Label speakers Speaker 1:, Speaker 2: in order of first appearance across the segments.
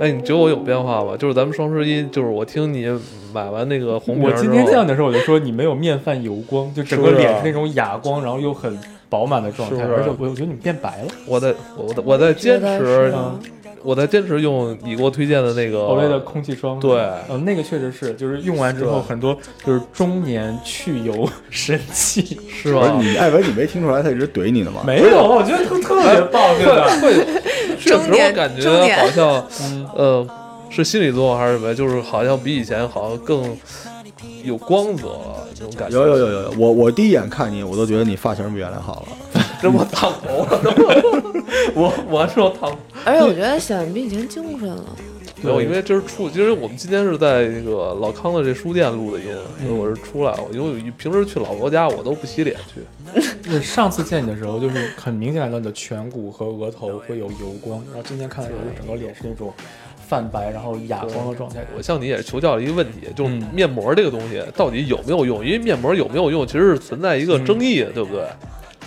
Speaker 1: 哎，你觉得我有变化吗？就是咱们双十一，就是我听你买完那个红
Speaker 2: 我
Speaker 1: 瓶之
Speaker 2: 今
Speaker 1: 后，
Speaker 2: 天见的时候，我就说你没有面泛油光，就整个
Speaker 1: 是啊
Speaker 2: 脸是那种哑光，然后又很饱满的状态，
Speaker 1: 是不是
Speaker 2: 而且我我觉得你变白了。
Speaker 1: 我在我在我在坚
Speaker 3: 觉得
Speaker 1: 持
Speaker 3: 是，啊
Speaker 1: 我在坚持用你给我推荐的那个
Speaker 2: 欧莱的空气霜，
Speaker 1: 对
Speaker 2: 嗯，那个确实是，就是啊用完之后
Speaker 1: 对
Speaker 2: 很多就是中年去油 神 器，
Speaker 1: 是
Speaker 4: 不是
Speaker 1: 吧？
Speaker 4: 你艾文，你没听出来他一直怼你呢吗？
Speaker 2: 没有，哎我觉得特特别棒，真 的。
Speaker 1: 会 确实
Speaker 3: 中
Speaker 1: 我
Speaker 3: 年
Speaker 1: 感觉
Speaker 3: 中年
Speaker 1: 好像
Speaker 2: 嗯，
Speaker 1: 呃是心理作用还是什么？就是好像比以前好像更有光泽了那种感觉。
Speaker 4: 有有有有有，我我第一眼看你，我都觉得你发型比原来好了。
Speaker 1: 这我烫头了， 我我说烫头。
Speaker 3: 而且我觉得显得比以前精神
Speaker 2: 哎
Speaker 3: 了。
Speaker 1: 没有，因为这是出，其实我们今天是在那个老康的这书店录的音，
Speaker 2: 嗯
Speaker 1: 所以我是出来，我因为我平时去老罗家我都不洗脸去，
Speaker 2: 我上次见你的时候，就是很明显看到你的颧骨和额头会有油光，然后今天看的时候，整个脸是那种泛白，然后哑光的状态。
Speaker 1: 我向你也是求教了一个问题，就是
Speaker 2: 嗯
Speaker 1: 面膜这个东西到底有没有用？因为面膜有没有用，其实是存在一个争议的，对不对？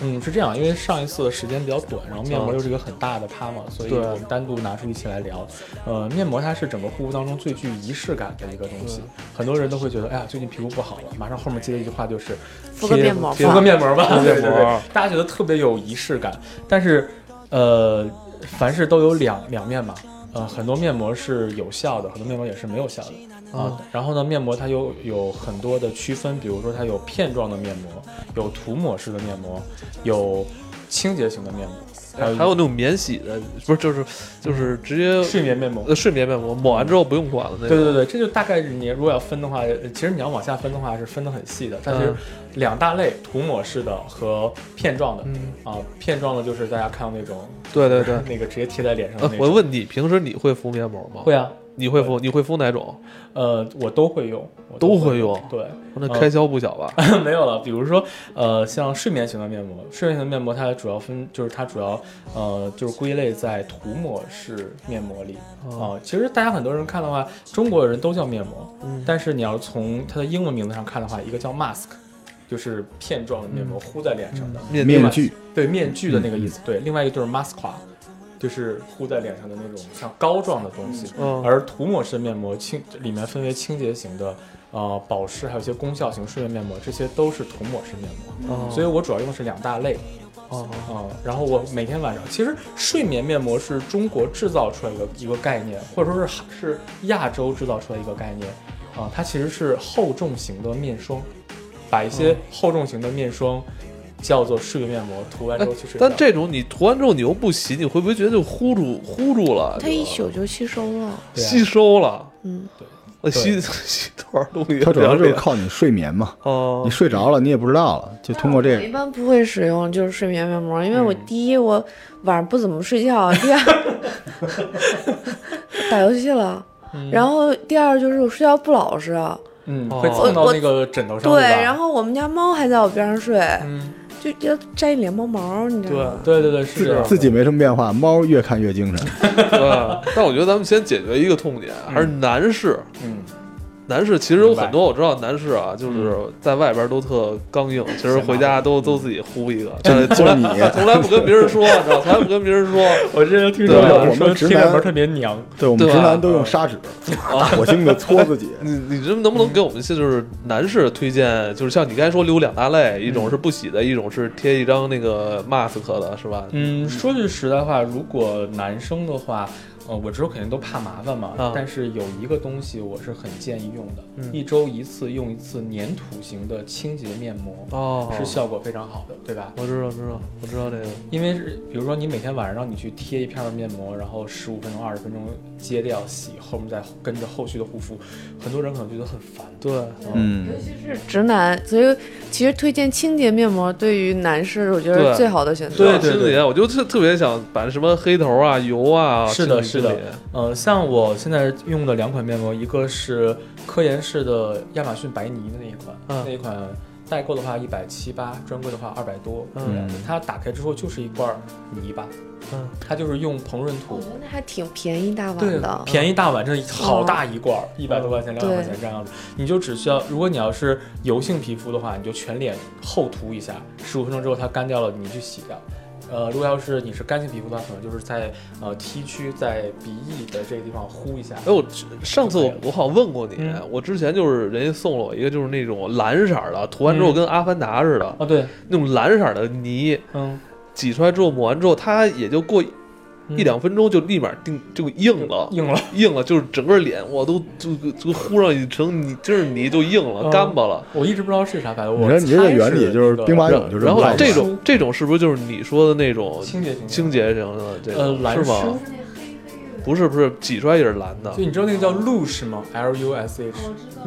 Speaker 2: 嗯，是这样，因为上一次的时间比较短，然后面膜又是一个很大的趴嘛，所以
Speaker 1: 对
Speaker 2: 我们单独拿出一期来聊。呃，面膜它是整个护肤当中最具仪式感的一个东西，
Speaker 1: 嗯
Speaker 2: 很多人都会觉得，哎呀，最近皮肤不好了，马上后面接的一句话就是
Speaker 3: 敷个
Speaker 2: 贴
Speaker 3: 面膜吧
Speaker 2: 贴个面膜吧，
Speaker 1: 敷
Speaker 2: 对
Speaker 1: 面
Speaker 2: 对
Speaker 1: 膜啊
Speaker 2: 对，大家觉得特别有仪式感，但是，呃，凡事都有两两面嘛。呃，很多面膜是有效的，很多面膜也是没有效的。
Speaker 1: 嗯
Speaker 2: 啊，然后呢，面膜它有有很多的区分，比如说它有片状的面膜，有涂抹式的面膜，有清洁型的面膜，还有
Speaker 1: 还有那种免洗的，不是就是就是直接
Speaker 2: 睡眠面膜。
Speaker 1: 呃睡眠面膜，抹完之后不用管了那
Speaker 2: 对
Speaker 1: 种。
Speaker 2: 对对，这就大概是你如果要分的话，呃其实你要往下分的话是分的很细的，它是
Speaker 1: 嗯
Speaker 2: 两大类，涂抹式的和片状的。
Speaker 1: 嗯，
Speaker 2: 啊，片状的就是大家看到那种，
Speaker 1: 对对对。
Speaker 2: 那个直接贴在脸上 的
Speaker 1: 呃
Speaker 2: 那，
Speaker 1: 我
Speaker 2: 种。
Speaker 1: 问你，平时你会敷面膜吗？
Speaker 2: 会。啊，
Speaker 1: 你会敷？你会敷哪种？
Speaker 2: 呃，我都会用，我
Speaker 1: 都
Speaker 2: 会
Speaker 1: 会用
Speaker 2: 对，
Speaker 1: 那
Speaker 2: 嗯
Speaker 1: 开销不小 吧？
Speaker 2: 没有了，比如说，呃，像睡眠型的面膜，睡眠型的面膜它主要分，就是它主要，呃，就是归类在涂抹式面膜里啊、
Speaker 1: 哦
Speaker 2: 其实大家很多人看的话，中国人都叫面膜，
Speaker 1: 嗯
Speaker 2: 但是你要从它的英文名字上看的话，一个叫 mask，就是片状的面
Speaker 1: 嗯
Speaker 2: 膜糊在脸上的，
Speaker 1: 面
Speaker 4: 面具，
Speaker 2: 对，面具的
Speaker 1: 嗯
Speaker 2: 那个意思。对，另外一个就是 mascara，就是糊在脸上的那种像膏状的东西。
Speaker 1: 嗯
Speaker 2: 而涂抹式面膜清里面分为清洁型的、呃保湿，还有一些功效型睡眠面膜，这些都是涂抹式面膜。
Speaker 1: 哦
Speaker 4: 嗯
Speaker 2: 所以我主要用的是两大类，
Speaker 1: 哦
Speaker 2: 啊、然后我每天晚上，其实睡眠面膜是中国制造出来的一个概念，或者说是是亚洲制造出来一个概念，啊、它其实是厚重型的面霜，把一
Speaker 4: 嗯
Speaker 2: 些厚重型的面霜叫做睡眠面膜，涂完之
Speaker 1: 哎
Speaker 2: 后去睡觉。
Speaker 1: 但这种你涂完之后你又不洗，你会不会觉得就糊住糊住了？
Speaker 3: 它一宿就吸收了，
Speaker 2: 对啊
Speaker 1: 吸收了，
Speaker 3: 嗯，
Speaker 1: 那吸 吸多少东西？
Speaker 4: 它主要就是
Speaker 1: 凉凉
Speaker 4: 靠你睡眠嘛。
Speaker 1: 哦
Speaker 4: 你，睡着了，你也不知道了，就通过这
Speaker 3: 我一
Speaker 4: 个。
Speaker 3: 般不会使用就是睡眠面膜，因为
Speaker 2: 嗯
Speaker 3: 我第一我晚上不怎么睡觉，啊第二 打游戏了，然后第二就是我睡觉不老实，
Speaker 2: 嗯，
Speaker 1: 哦
Speaker 2: 会蹭到
Speaker 3: 我
Speaker 2: 那个枕头上，
Speaker 3: 对，
Speaker 2: 吧
Speaker 3: 然后我们家猫还在我边上睡，
Speaker 2: 嗯，
Speaker 3: 就就摘一脸猫毛，你知道
Speaker 1: 嗯
Speaker 3: 吗？
Speaker 2: 对对对，是啊这样的。
Speaker 4: 自己没什么变化，猫越看 越精神。
Speaker 1: 对。但我觉得咱们先解决一个痛点，还是男士。
Speaker 2: 嗯，
Speaker 1: 男士其实有
Speaker 2: 明白
Speaker 1: 很多，我知道男士啊，就是在外边都特刚硬，其实回家都都自己呼一个，但是从来
Speaker 4: 嗯就你
Speaker 1: 从来不跟别人说，你知道，从来不跟别人说。
Speaker 2: 我之前听
Speaker 1: 说有
Speaker 2: 说有
Speaker 4: 人
Speaker 2: 人说
Speaker 4: 说贴
Speaker 2: 贴
Speaker 4: 面
Speaker 2: 面
Speaker 4: 膜
Speaker 2: 膜
Speaker 4: 特
Speaker 2: 特别娘，
Speaker 4: 对我们
Speaker 1: 对
Speaker 4: 直
Speaker 1: 吧嗯
Speaker 4: 男都用砂纸，大火星的搓自己。
Speaker 1: 你你这能不能给我们现在就是男士推荐，就是像你刚才说留两大类，一种是不洗的，一种是贴一张那个 mask 的，是吧？
Speaker 2: 嗯，说句实在话，如果男生的话，呃，我之后肯定都怕麻烦嘛，
Speaker 1: 啊
Speaker 2: 但是有一个东西我是很建议用的，
Speaker 1: 嗯
Speaker 2: 一周一次用一次粘土型的清洁面膜，
Speaker 1: 哦，
Speaker 2: 是效果非常好的，对吧？
Speaker 1: 我知道，知道，我知道这个。
Speaker 2: 因为是比如说你每天晚上让你去贴一片儿面膜，然后十五分钟、二十分钟揭掉洗，后面再跟着后续的护肤，很多人可能觉得很烦，
Speaker 1: 对，
Speaker 4: 嗯
Speaker 3: 尤，其是直男，所以其实推荐清洁面膜对于男士，我觉得
Speaker 1: 对
Speaker 3: 是最好的选择。
Speaker 2: 对对
Speaker 1: 心里我就特特别想把什么黑头啊、油啊，
Speaker 2: 是的
Speaker 1: 清理
Speaker 2: 是
Speaker 1: 清
Speaker 2: 的
Speaker 1: 理
Speaker 2: 呃，像我现在用的两款面膜，一个是科颜氏的亚马逊白泥的那一款，
Speaker 1: 嗯
Speaker 2: 那一款代购的话一百七八，专柜的话二百多。
Speaker 1: 嗯
Speaker 2: 对它打开之后就是一罐儿泥巴，
Speaker 1: 嗯，
Speaker 2: 它就是用膨润
Speaker 3: 我
Speaker 2: 土
Speaker 3: 觉，得还挺便宜大
Speaker 2: 对
Speaker 3: 碗的，，嗯
Speaker 2: 便宜大碗，真的好大一罐儿，一百多块钱、两百
Speaker 3: 对
Speaker 2: 块钱这样子。你就只需要，如果你要是油性皮肤的话，你就全脸厚涂一下，十五分钟之后它干掉了，你去洗掉。呃，如果要是你是干性皮肤的话，可能就是在呃 T 区，在鼻翼的这个地方呼一下。
Speaker 1: 哎，我上次我我好像问过你
Speaker 2: 嗯，
Speaker 1: 我之前就是人家送了我一个就是那种蓝色的，涂完之
Speaker 2: 嗯
Speaker 1: 后跟阿凡达似的，
Speaker 2: 哦，对，
Speaker 1: 那种蓝色的泥
Speaker 2: 嗯，
Speaker 1: 挤出来之后抹完之后，它也就过
Speaker 2: 嗯
Speaker 1: 一两分钟就立马定就硬了，
Speaker 2: 硬了，
Speaker 1: 硬了，就是整个脸我都就就就糊上一层泥，就是泥就硬了，
Speaker 2: 嗯
Speaker 1: 干巴了。
Speaker 2: 我一直不知道是啥牌子。
Speaker 4: 你
Speaker 2: 我
Speaker 4: 看你这
Speaker 2: 猜
Speaker 4: 个原理就是
Speaker 2: 那个
Speaker 4: 兵马
Speaker 1: 然
Speaker 4: 俑
Speaker 1: 后
Speaker 4: 就是
Speaker 1: 然后
Speaker 4: 烂
Speaker 1: 这
Speaker 4: 的
Speaker 1: 种这种是不是就是你说的那种
Speaker 2: 清洁型的
Speaker 1: 清洁型的这
Speaker 2: 呃
Speaker 1: 种
Speaker 2: 蓝
Speaker 1: 是
Speaker 2: 狮
Speaker 1: 吗？不是不是，挤出来也是蓝的
Speaker 2: 就你知道那个叫 Lush 吗？L U S H，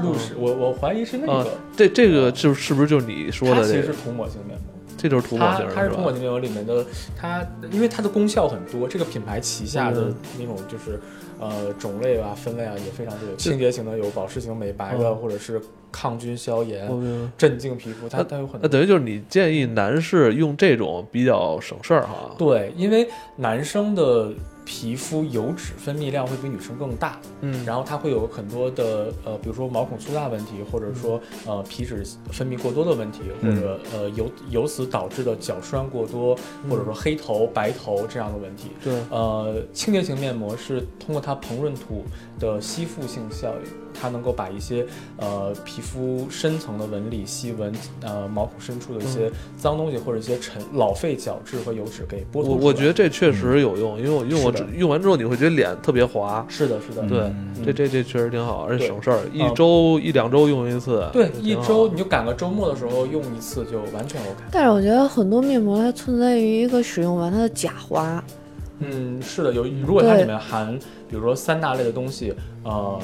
Speaker 2: Lush，我我怀疑是那
Speaker 1: 啊
Speaker 2: 个。。
Speaker 1: 这这个就是是不是就是你说
Speaker 2: 它
Speaker 1: 的
Speaker 2: 其
Speaker 1: 这
Speaker 2: 实
Speaker 1: 个
Speaker 2: 是？涂抹型面膜，
Speaker 1: 这就是涂抹
Speaker 2: 它
Speaker 1: 型
Speaker 2: 它
Speaker 1: 是
Speaker 2: 是涂抹
Speaker 1: 吧？
Speaker 2: 型面膜里面的，它因为它的功效很多，这个品牌旗下的
Speaker 1: 嗯
Speaker 2: 那种就是呃种类啊、分类啊也非常多，有清洁型的，有保湿型、美白的，
Speaker 1: 嗯
Speaker 2: 或者是抗菌消炎、
Speaker 1: 我明白
Speaker 2: 镇静皮肤，它它有很
Speaker 1: 那
Speaker 2: 多。
Speaker 1: 呃等于就是你建议男士用这种比较省事儿哈。
Speaker 2: 对，因为男生的皮肤油脂分泌量会比女生更大，
Speaker 1: 嗯，
Speaker 2: 然后它会有很多的呃，比如说毛孔粗大问题，或
Speaker 1: 嗯
Speaker 2: 者说呃皮脂分泌过多的问题，或者呃由由此导致的角栓过多，或者
Speaker 1: 嗯
Speaker 2: 说黑头、白头这样的问题。
Speaker 1: 对，
Speaker 2: 呃，清洁型面膜是通过它膨润土的吸附性效应，它能够把一些呃皮肤深层的纹理、细纹、呃毛孔深处的一些脏东西或者一些尘老废角质和油脂给剥
Speaker 1: 我
Speaker 2: 夺出来。
Speaker 1: 我觉得这确实有用，因为我用我
Speaker 2: 是的
Speaker 1: 用完之后你会觉得脸特别滑。
Speaker 2: 是的，是的，
Speaker 1: 对
Speaker 4: 嗯，
Speaker 1: 这这这确实挺好，而且
Speaker 2: 对
Speaker 1: 省事儿，一
Speaker 2: 嗯
Speaker 1: 周一两周用一次。
Speaker 2: 对，
Speaker 1: 就
Speaker 2: 一
Speaker 1: 挺好
Speaker 2: 周你就赶个周末的时候用一次就完全 OK。
Speaker 3: 但是我觉得很多面膜它存在于一个使用完它的假滑，
Speaker 2: 嗯，是的，有如果它里
Speaker 3: 对
Speaker 2: 面含，比如说三大类的东西，呃，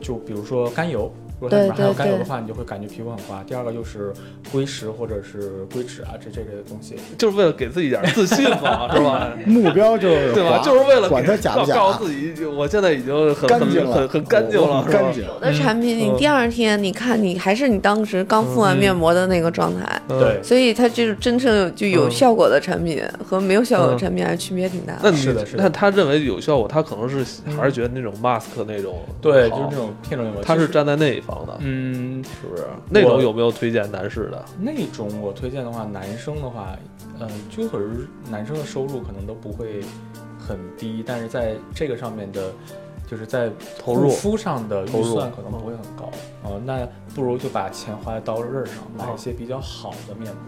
Speaker 2: 就比如说甘油，如果它里面
Speaker 3: 对
Speaker 2: 含有
Speaker 3: 对
Speaker 2: 甘油的
Speaker 3: 对
Speaker 2: 话，你就会感觉皮肤很滑。第二个又是硅石或者是硅脂啊，这这类的东西。
Speaker 1: 就是为了给自己一点儿自信嘛， 是吧？
Speaker 4: 嗯目标就是
Speaker 1: 对吧？
Speaker 4: 滑
Speaker 1: 就是为了
Speaker 4: 管它假不假，
Speaker 1: 告诉自己，我现在已经很
Speaker 4: 干
Speaker 1: 很
Speaker 4: 净了，
Speaker 1: 很很干净
Speaker 4: 我我
Speaker 1: 了，
Speaker 4: 很
Speaker 1: 是吧
Speaker 4: 干。净。
Speaker 3: 有
Speaker 2: 嗯
Speaker 3: 的产品你第二天你看你还是你当时刚敷
Speaker 2: 嗯
Speaker 3: 完面膜的那个状态，
Speaker 1: 嗯
Speaker 2: 对
Speaker 3: 所以它就是真正就有
Speaker 1: 嗯
Speaker 3: 效果的产品和没有效果
Speaker 1: 嗯
Speaker 3: 的产品还是区别挺大的。
Speaker 1: 那你
Speaker 2: 是的是的
Speaker 1: 那他认为有效果，他可能是
Speaker 2: 嗯
Speaker 1: 还是觉得那种 mask 那种
Speaker 2: 对，就
Speaker 1: 好
Speaker 2: 是那种片状面膜。
Speaker 1: 他
Speaker 2: 其
Speaker 1: 是
Speaker 2: 实
Speaker 1: 站在那一方的，
Speaker 2: 嗯，
Speaker 1: 是不是？那
Speaker 2: 我
Speaker 1: 种有没有推荐男士的？
Speaker 2: 那种我推荐的话，男生的话，呃，就可是男生的收入可能都不会很低，但是在这个上面的，就是在
Speaker 1: 投入
Speaker 2: 护肤上的
Speaker 1: 投
Speaker 2: 预
Speaker 1: 入
Speaker 2: 算可能不会很高。呃，那不如就把钱花在刀刃上，买一些比较好的面膜，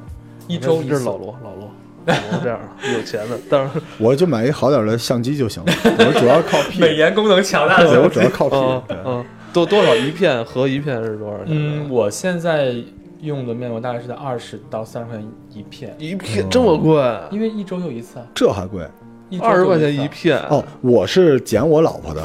Speaker 2: 一周一
Speaker 1: 这
Speaker 2: 次
Speaker 1: 啊是老罗，老罗，老罗这 样有钱的，但是
Speaker 4: 我就买一好点的相机就行了，我主要靠屁，
Speaker 2: 美颜功能强大
Speaker 4: 对，我
Speaker 2: 的。
Speaker 4: 主要靠屁。
Speaker 1: 嗯
Speaker 4: 对
Speaker 1: 嗯，多多少一片合一片是多少钱？
Speaker 2: 嗯，，我现在用的面膜大概是在二十到三十块钱一片，
Speaker 1: 一片这么贵，
Speaker 2: 因为一周就一次啊，
Speaker 4: 这还贵
Speaker 1: 嗯
Speaker 2: 一周
Speaker 1: 二十
Speaker 2: 就
Speaker 1: 块钱
Speaker 2: 次啊
Speaker 1: 一。片
Speaker 4: 哦！我是捡我老婆的，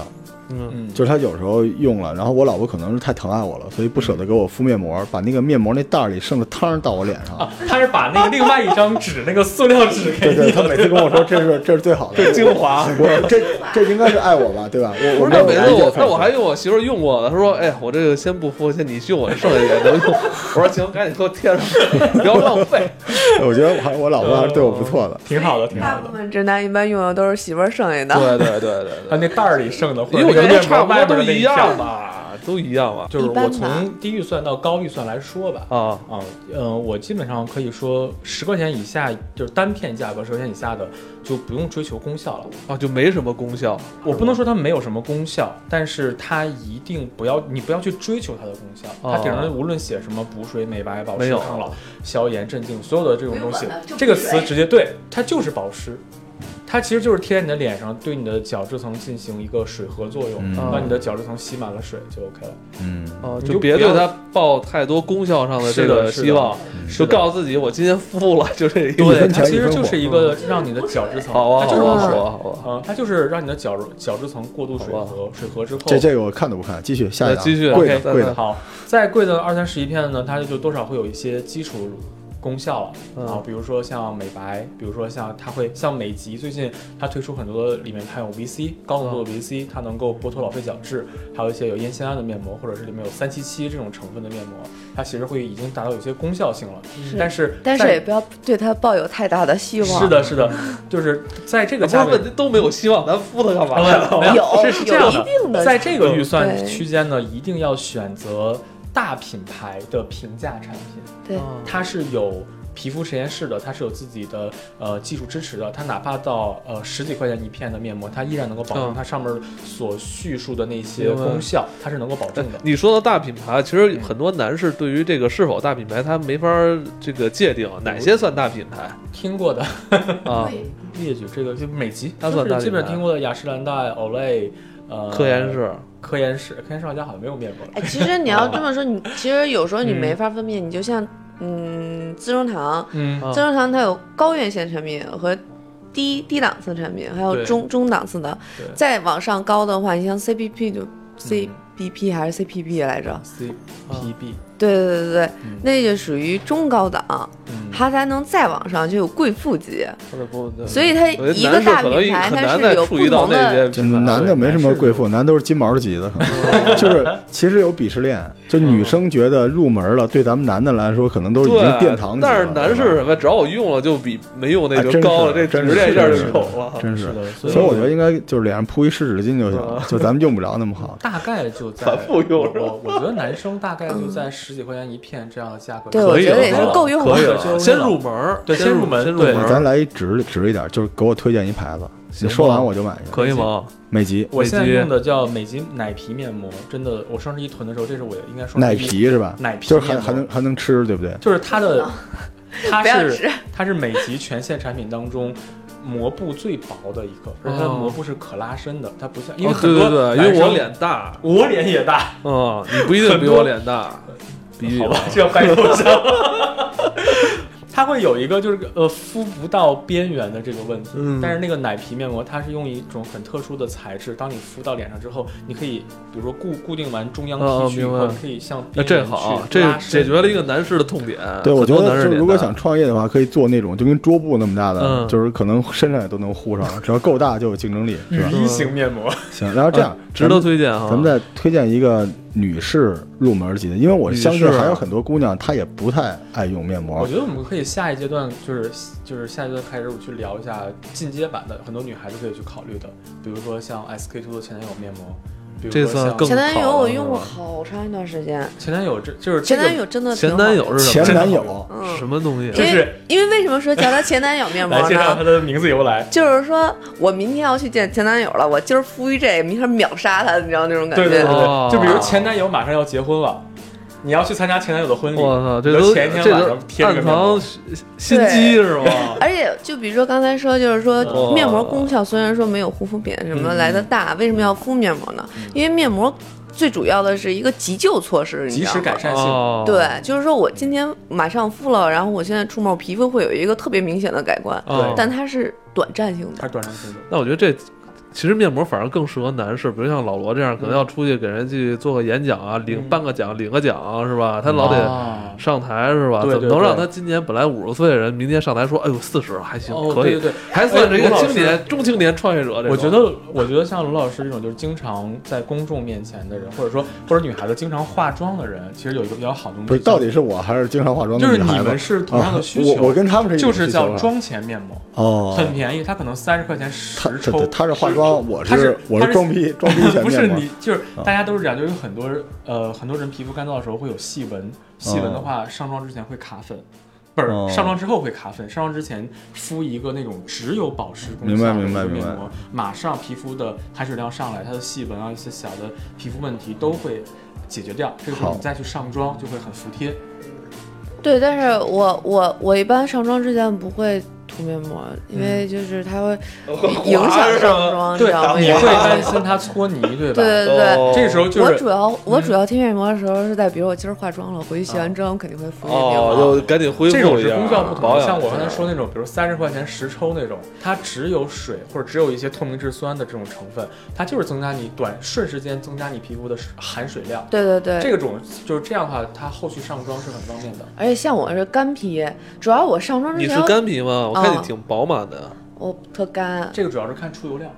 Speaker 1: 嗯，
Speaker 2: 嗯，
Speaker 4: 就是她有时候用了，然后我老婆可能是太疼爱我了，所以不舍得给我敷面膜，把那个面膜那袋儿里剩的汤儿到我脸上。
Speaker 2: 啊，他是把那个另外一张纸，那个塑料 纸给
Speaker 4: 对
Speaker 2: 你
Speaker 4: 对，她
Speaker 2: 了，
Speaker 4: 每次跟我说这是这是最好 的，
Speaker 2: 对精华。
Speaker 4: 我这这应该是爱我吧，对吧？我
Speaker 1: 不
Speaker 4: 我
Speaker 1: 是，
Speaker 4: 没
Speaker 1: 那
Speaker 4: 有
Speaker 1: 每
Speaker 4: 拿
Speaker 1: 次
Speaker 4: 这
Speaker 1: 我
Speaker 4: 个，
Speaker 1: 那我还用我媳妇儿用过的，她说：“哎，我这个先不敷，先你用我，剩下的也能用。” 我说：“行，赶紧给我贴上，不要浪费。
Speaker 4: 我觉得我还我老婆还是对我不错的。
Speaker 2: 挺好的，挺
Speaker 3: 大
Speaker 2: 好
Speaker 3: 部
Speaker 2: 的。
Speaker 3: 分直男一般用的都是媳妇儿剩下”的。
Speaker 1: 对对对对
Speaker 2: 啊，那袋儿里剩的，或
Speaker 1: 对，因
Speaker 2: 者
Speaker 1: 为我觉
Speaker 2: 那
Speaker 1: 得
Speaker 2: 个面
Speaker 1: 差
Speaker 2: 膜
Speaker 1: 不
Speaker 2: 外
Speaker 1: 多
Speaker 2: 边
Speaker 1: 都
Speaker 2: 的那
Speaker 1: 是一
Speaker 2: 片
Speaker 1: 样
Speaker 2: 儿。
Speaker 1: 吧，啊都一样吧。
Speaker 2: 就是
Speaker 3: 一般
Speaker 2: 我
Speaker 3: 吧
Speaker 2: 从低预算到高预算来说吧，
Speaker 1: 啊，
Speaker 2: 啊，嗯，我基本上可以说十块钱以下，就是单片价格十块钱以下的，就不用追求功效了。
Speaker 1: 啊，就没什么功效。
Speaker 2: 我不能说它没有什么功效，但是它一定不要你不要去追求它的功效。
Speaker 1: 哦
Speaker 2: 它顶上无论写什么补水、美白、保
Speaker 1: 没
Speaker 2: 湿、
Speaker 1: 有
Speaker 2: 抗老、消炎、镇静，所有的这种东西
Speaker 3: 不用管它就，
Speaker 2: 这个
Speaker 3: 补
Speaker 2: 词
Speaker 3: 水
Speaker 2: 直接对它就是保湿。它其实就是贴在你的脸上，对你的角质层进行一个水合作用，
Speaker 4: 嗯
Speaker 2: 让你的角质层吸满了水就 OK 了。
Speaker 4: 嗯，
Speaker 1: 啊，
Speaker 2: 你
Speaker 1: 就
Speaker 2: 就
Speaker 1: 别
Speaker 2: 不
Speaker 1: 对
Speaker 2: 要
Speaker 1: 它抱太多功效上的这
Speaker 2: 是的
Speaker 1: 个
Speaker 2: 是的
Speaker 1: 希望，
Speaker 2: 是
Speaker 1: 就
Speaker 2: 的
Speaker 1: 告诉自己我今天敷了，就这一
Speaker 4: 对
Speaker 1: 个。
Speaker 2: 它其实就是一
Speaker 1: 一分
Speaker 2: 个让你的角质层，
Speaker 1: 好啊，
Speaker 2: 它就是
Speaker 1: 好啊，
Speaker 2: 补
Speaker 1: 好
Speaker 2: 水，
Speaker 1: 啊，好啊。
Speaker 2: 嗯，它就是让你的角角质层过度水
Speaker 1: 好吧
Speaker 2: 合，水合之后，
Speaker 4: 这这个我看都不看，继续下一
Speaker 1: 呃
Speaker 4: 档，
Speaker 1: 继续
Speaker 4: 贵的
Speaker 1: OK，
Speaker 4: 贵
Speaker 1: 再
Speaker 4: 的
Speaker 1: 来，
Speaker 2: 好，再贵的二三十一片呢，它就多少会有一些基础功效
Speaker 1: 嗯
Speaker 2: 了啊，比如说像美白，比如说像它会像美极最近它推出很多的里面含有 VC 高浓度的
Speaker 1: 嗯
Speaker 2: VC，它能够剥脱老废角质，还有一些有烟酰胺的面膜，或者是里面有三七七这种成分的面膜，它其实会已经达到有些功效性了，但是
Speaker 3: 但是
Speaker 2: 在
Speaker 3: 也不要对它抱有太大的希望。
Speaker 2: 是的，是的，就是在这
Speaker 1: 不
Speaker 2: 个
Speaker 1: 是
Speaker 2: 价位
Speaker 1: 问题都没有希望，咱敷它干嘛呀？
Speaker 2: 没
Speaker 3: 有
Speaker 2: 是是这样
Speaker 3: 有一定的
Speaker 2: 在这个预算
Speaker 3: 对
Speaker 2: 区间呢，一定要选择大品牌的平价产品，
Speaker 1: 啊
Speaker 3: 对，
Speaker 2: 它是有皮肤实验室的，它是有自己的呃技术支持的，它哪怕到呃十几块钱一片的面膜，它依然能够保证
Speaker 1: 嗯
Speaker 2: 它上面所叙述的那些
Speaker 1: 明白
Speaker 2: 功效，它是能够保证的。
Speaker 1: 你说到大品牌，其
Speaker 2: 嗯
Speaker 1: 实很多男士对于这个是否大品牌，他没法儿这个界定哪些算大品牌
Speaker 2: 听过的
Speaker 1: 啊。
Speaker 2: 列举这个就美极，
Speaker 1: 它
Speaker 2: 就
Speaker 1: 算大品
Speaker 2: 是基本
Speaker 1: 牌
Speaker 2: 上听过的雅诗兰黛、Olay，呃，
Speaker 1: 科研室，
Speaker 2: 科研室，科研室我家好像没有面膜了。
Speaker 3: 哎，其实你要这么说，你其实有时候你
Speaker 2: 嗯
Speaker 3: 没法分辨，你就像嗯，资生堂，
Speaker 2: 嗯
Speaker 1: 啊
Speaker 3: 资生堂它有高院线产品和低低档次的产品，还有
Speaker 2: 对
Speaker 3: 中中档次的
Speaker 2: 对。
Speaker 3: 再往上高的话，你像 CPP
Speaker 1: 嗯
Speaker 3: 就 CPP 还是 CPP 来着？
Speaker 2: ，CPB，
Speaker 3: 对对对对对
Speaker 2: 嗯，
Speaker 3: 那就属于中高档，
Speaker 2: 嗯，
Speaker 3: 它才能再往上就有贵妇级。
Speaker 1: 或者不，对
Speaker 3: 所以它
Speaker 1: 嗯我觉得
Speaker 3: 一个
Speaker 1: 男士
Speaker 3: 大
Speaker 1: 可能
Speaker 3: 品牌，
Speaker 1: 很
Speaker 3: 它
Speaker 1: 难
Speaker 3: 是
Speaker 1: 再
Speaker 3: 有
Speaker 1: 触
Speaker 3: 不
Speaker 1: 及到
Speaker 3: 同
Speaker 1: 那
Speaker 3: 的。
Speaker 1: 些
Speaker 4: 就
Speaker 1: 品牌
Speaker 4: 男的
Speaker 1: 对
Speaker 4: 没什么贵妇，男都是金毛级的，可能就是其实有鄙视链，就女生觉得入门了，对咱们男的来说可能都已经
Speaker 1: 对，
Speaker 4: 殿堂级了。
Speaker 1: 但是男士
Speaker 4: 对
Speaker 1: 什
Speaker 4: 吧
Speaker 1: 么，只要我用了就比没用那
Speaker 4: 啊
Speaker 1: 就
Speaker 4: 真是
Speaker 1: 高了，这
Speaker 4: 真
Speaker 1: 直接
Speaker 4: 是
Speaker 1: 一下就
Speaker 4: 真是
Speaker 1: 有了。
Speaker 4: 真
Speaker 2: 是的，
Speaker 4: 所以我觉得应该就是脸上铺一湿纸巾就
Speaker 1: 啊
Speaker 4: 行，就咱们用不着那么好。
Speaker 2: 大概就在
Speaker 1: 反复用
Speaker 2: 我
Speaker 1: 是吧嗯
Speaker 2: 我我觉得男生大概就在十几块钱一片这样的价格，
Speaker 3: 对，
Speaker 1: 可
Speaker 3: 我
Speaker 1: 以
Speaker 3: 觉得
Speaker 1: 了
Speaker 3: 也
Speaker 1: 可
Speaker 3: 是
Speaker 1: 以了
Speaker 3: 够用
Speaker 2: 可以
Speaker 3: 了。
Speaker 2: 了就
Speaker 1: 先
Speaker 2: 用
Speaker 1: 入门儿，
Speaker 2: 对先入门
Speaker 1: 先入
Speaker 2: 对
Speaker 1: 门
Speaker 4: 咱
Speaker 1: 儿，
Speaker 4: 来一直直一点，就是给我推荐一牌子，
Speaker 1: 行
Speaker 4: 你
Speaker 1: 吧
Speaker 4: 说完我就买一个。
Speaker 1: 可以吗？
Speaker 4: 美极
Speaker 2: 我现在
Speaker 1: 美肌
Speaker 2: 用的叫美极奶皮面膜，真的，我双十一囤的时候，这是我应该说
Speaker 4: 奶皮是吧？
Speaker 2: 奶皮
Speaker 4: 就是还
Speaker 2: 面膜
Speaker 4: 还能还能吃，对不
Speaker 1: 嗯
Speaker 4: 对？
Speaker 2: 就是它 的，它
Speaker 3: 不要
Speaker 2: 是
Speaker 3: 吃，
Speaker 2: 它是美极全线产品当中。膜布最薄的一个，而且它的
Speaker 1: 哦
Speaker 2: 膜布是可拉伸的，它不像因为
Speaker 1: 哦
Speaker 2: 很
Speaker 1: 对
Speaker 2: 多
Speaker 1: 对对，因
Speaker 2: 男
Speaker 1: 为我
Speaker 2: 生，
Speaker 1: 脸大，
Speaker 2: 我脸也大，
Speaker 1: 嗯，你不一定比我脸大，比
Speaker 2: 好吧，这要掰头上。 它会有一个就是呃敷不到边缘的这个问题，
Speaker 1: 嗯
Speaker 2: 但是那个奶皮面膜它是用一种很特殊的材质，当你敷到脸上之后，你可以比如说固固定完中央
Speaker 1: 哦哦
Speaker 2: T 区以
Speaker 1: 明白
Speaker 2: 后，你可以向
Speaker 1: 那
Speaker 2: 边
Speaker 1: 这
Speaker 2: 缘
Speaker 3: 嗯
Speaker 1: 好，啊
Speaker 2: 去
Speaker 1: 这
Speaker 2: 拉伸
Speaker 1: 解决了一个男士的痛点。
Speaker 4: 对，我
Speaker 1: 很
Speaker 4: 觉
Speaker 1: 多男
Speaker 4: 得
Speaker 1: 士
Speaker 4: 就是
Speaker 1: 脸
Speaker 4: 如果
Speaker 1: 大
Speaker 4: 想创业的话，可以做那种就跟桌布那么大的
Speaker 1: 嗯，
Speaker 4: 就是可能身上也都能糊 上，只要够大就有竞争力，是
Speaker 2: 羽
Speaker 4: 吧？
Speaker 2: 衣型面膜，
Speaker 4: 行，然后这样
Speaker 1: 嗯啊值得推荐哈，啊
Speaker 4: 咱们再推荐一个女士入门级的，因为我相
Speaker 1: 女
Speaker 4: 信
Speaker 1: 士啊
Speaker 4: 还有很多姑娘她也不太爱用面膜
Speaker 2: 我觉。得我们可以下一阶段就是就是下一阶段开始，我去聊一下进阶版的，很多女孩子可以去考虑的，比如说像 SK two 的前男友面膜，比如
Speaker 1: 这
Speaker 2: 说
Speaker 1: 算
Speaker 2: 像
Speaker 1: 更
Speaker 3: 前男
Speaker 1: 好
Speaker 3: 友
Speaker 1: 了
Speaker 3: 我
Speaker 1: 是
Speaker 3: 用过
Speaker 1: 吧
Speaker 3: 好长一段时间，
Speaker 2: 前男友这就是这
Speaker 3: 前
Speaker 2: 个
Speaker 3: 男友真的挺
Speaker 1: 前
Speaker 3: 好
Speaker 1: 男
Speaker 3: 的
Speaker 1: 友是什
Speaker 4: 前
Speaker 1: 么？
Speaker 4: 男友，
Speaker 3: 嗯，
Speaker 1: 什么东西啊
Speaker 2: 这？就是
Speaker 3: 因为因为为什么说叫他前男友面
Speaker 2: 来
Speaker 3: 膜
Speaker 2: 介绍
Speaker 3: 呢
Speaker 2: 它？的名字由来。
Speaker 3: 就是说我明天要去见前男友了，我今儿敷一这个，明天秒杀他，你知道那种感
Speaker 2: 对
Speaker 3: 觉。
Speaker 2: 对对
Speaker 1: 哦
Speaker 2: 对，就比如前男友马上要结婚了，你要去参加前男友的婚礼，
Speaker 1: 我操，这
Speaker 2: 比如
Speaker 1: 都
Speaker 2: 前一天
Speaker 1: 这
Speaker 2: 晚
Speaker 1: 都
Speaker 2: 上贴着
Speaker 1: 暗
Speaker 2: 个面
Speaker 1: 藏
Speaker 2: 膜，
Speaker 1: 心机是 吗？
Speaker 3: 而且就比如说刚才说，就是
Speaker 1: 哦
Speaker 3: 说面膜功效虽然说没有护肤品什
Speaker 2: 嗯
Speaker 3: 么来的大，为什么要敷面膜呢？因为面膜最主要的是一个急救措施，你
Speaker 2: 及
Speaker 3: 知道
Speaker 2: 时
Speaker 3: 吗？
Speaker 2: 改善性。
Speaker 1: 哦，
Speaker 3: 对，就是说我今天马上敷了，然后我现在出门，我皮肤会有一个特别明显的改观，
Speaker 1: 哦
Speaker 3: 但它是短暂性的
Speaker 2: 它。是短暂性的，
Speaker 1: 那我觉得这其实面膜反而更适合男士，比如像老罗这样，可
Speaker 3: 嗯
Speaker 1: 能要出去给人去做个演讲啊，领
Speaker 2: 嗯
Speaker 1: 颁个奖、领个奖啊是吧？他老得
Speaker 3: 哦
Speaker 2: 啊
Speaker 1: 上台是吧？
Speaker 2: 对
Speaker 1: 怎么
Speaker 2: 对
Speaker 1: 能让
Speaker 2: 对
Speaker 1: 他今年本来五十岁的人，明天上台说，哎呦四十了还行，
Speaker 2: 哦
Speaker 1: 可以
Speaker 2: 对，对对，
Speaker 1: 还算是一个
Speaker 2: 哎罗老
Speaker 1: 青年中青年创业者这种。
Speaker 2: 我觉得，我觉得像罗老师这种就是经常在公众面前的人，或者说或者女孩子经常化妆的人，其实有一个比较好的东西，
Speaker 4: 不是到底是我还是经常化妆
Speaker 2: 就
Speaker 4: 的
Speaker 2: 是
Speaker 4: 女
Speaker 2: 你
Speaker 4: 孩
Speaker 2: 们
Speaker 4: 子？
Speaker 2: 是同样的需
Speaker 4: 啊
Speaker 2: 求，
Speaker 4: 我我跟他们是一种
Speaker 2: 就是
Speaker 4: 需求
Speaker 2: 叫
Speaker 4: 啊
Speaker 2: 妆前面膜，
Speaker 4: 哦，
Speaker 2: 很便宜，它可能三十块钱
Speaker 4: 她
Speaker 2: 十
Speaker 4: 她
Speaker 2: 抽，
Speaker 4: 她是化妆，我
Speaker 2: 她是
Speaker 4: 我
Speaker 2: 她是
Speaker 4: 是装 逼装逼前
Speaker 2: 不
Speaker 4: 面
Speaker 2: 是
Speaker 4: 膜。
Speaker 2: 你，就是
Speaker 4: 啊
Speaker 2: 大家都是这样，就有很多呃，很多人皮肤干燥的时候会有细纹，细纹的话，上妆之前会卡粉，不是
Speaker 4: 啊哦
Speaker 2: 上妆之后会卡粉，上妆之前敷一个那种只有保湿功
Speaker 4: 明白
Speaker 2: 效的
Speaker 4: 明白
Speaker 2: 一个面
Speaker 4: 明白
Speaker 2: 膜，马上皮肤的含水量上来，它的细纹啊一些小的皮肤问题都会解决掉。这个时候
Speaker 4: 好
Speaker 2: 你再去上妆就会很服帖。
Speaker 3: 对，但是我我我一般上妆之前不会涂面膜，因为就是 它会影响上妆，你知
Speaker 2: 对
Speaker 3: 道吗？，
Speaker 2: 你
Speaker 3: 有
Speaker 2: 会
Speaker 3: 时候
Speaker 2: 担心它搓泥，对吧？
Speaker 3: 对对对。
Speaker 1: 哦
Speaker 2: 这时候就
Speaker 3: 我
Speaker 2: 是
Speaker 3: 主要我
Speaker 2: 嗯哦
Speaker 3: 主要贴面膜的时候是在，比如我今儿化妆了，回去卸完妆肯定会敷一面
Speaker 1: 哦，
Speaker 3: 膜。
Speaker 1: 就赶紧恢复
Speaker 2: 这种
Speaker 1: 一
Speaker 2: 是
Speaker 1: 下
Speaker 2: 功效不
Speaker 1: 保
Speaker 2: 同，
Speaker 1: 养
Speaker 2: 像我
Speaker 1: 一下
Speaker 2: 刚才说那种，比如三十块钱十抽那种，它只有水或者只有一些透明质酸的这种成分，它就是增加你短瞬时间增加你皮肤的含水量。
Speaker 3: 对对对，
Speaker 2: 这个种就是这样的话，它后续上妆是很方便的。
Speaker 3: 而且像我是干皮，主要我上妆之
Speaker 1: 你
Speaker 3: 前
Speaker 1: 是干皮吗？我看你
Speaker 3: 哦
Speaker 1: 挺饱满的。啊
Speaker 3: 我特干，
Speaker 2: 这个主要是看出油量，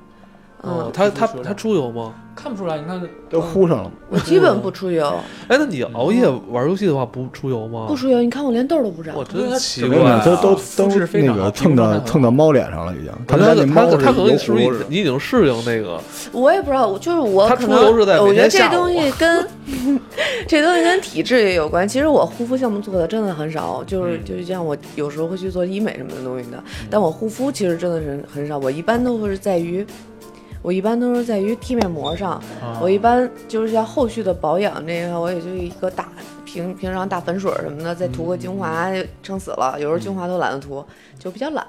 Speaker 1: 哦
Speaker 3: 嗯，
Speaker 1: 它它
Speaker 2: 出油
Speaker 1: 它出油吗？
Speaker 2: 看不出来，你看
Speaker 4: 都糊上了。
Speaker 3: 我基本不 出油，
Speaker 1: 哎，那你熬夜玩游戏的话不出油
Speaker 2: 哦
Speaker 1: 吗？
Speaker 3: 不出油，你看我连痘都不
Speaker 1: 我
Speaker 3: 沾。
Speaker 1: 真奇
Speaker 4: 没
Speaker 1: 怪
Speaker 4: 有
Speaker 1: 啊。，
Speaker 4: 都都
Speaker 2: 肤
Speaker 4: 都
Speaker 2: 质非
Speaker 4: 那
Speaker 2: 常
Speaker 4: 个
Speaker 2: 好啊
Speaker 4: 蹭
Speaker 2: 皮肤状态
Speaker 4: 到
Speaker 2: 很好
Speaker 4: 蹭到猫脸上了，已经。
Speaker 1: 他
Speaker 4: 他们家那
Speaker 1: 他
Speaker 4: 猫
Speaker 1: 他可能
Speaker 4: 是
Speaker 1: 是不是
Speaker 4: 油
Speaker 1: 已
Speaker 4: 糊
Speaker 1: 你已经适应那个？
Speaker 3: 我也不知道，我就是我
Speaker 1: 它
Speaker 3: 可
Speaker 1: 出油
Speaker 3: 能呃
Speaker 1: 是在，
Speaker 3: 我
Speaker 1: 每
Speaker 3: 觉
Speaker 1: 天
Speaker 3: 得这
Speaker 1: 下午啊
Speaker 3: 东西跟 这东西跟体质也有关。其实我护肤项目做的真的很少，就是
Speaker 1: 嗯
Speaker 3: 就是像我有时候会去做医美什么的东西的，但我护肤其实真的是很少。我一般都会是在于，我一般都是在于贴面膜上，
Speaker 2: 啊
Speaker 3: 我一般就是要后续的保养这个，我也就一个打平
Speaker 1: 嗯
Speaker 3: 平常打粉水儿什么的，再涂个精华，撑死了。有时候精华都懒得涂，就比较懒。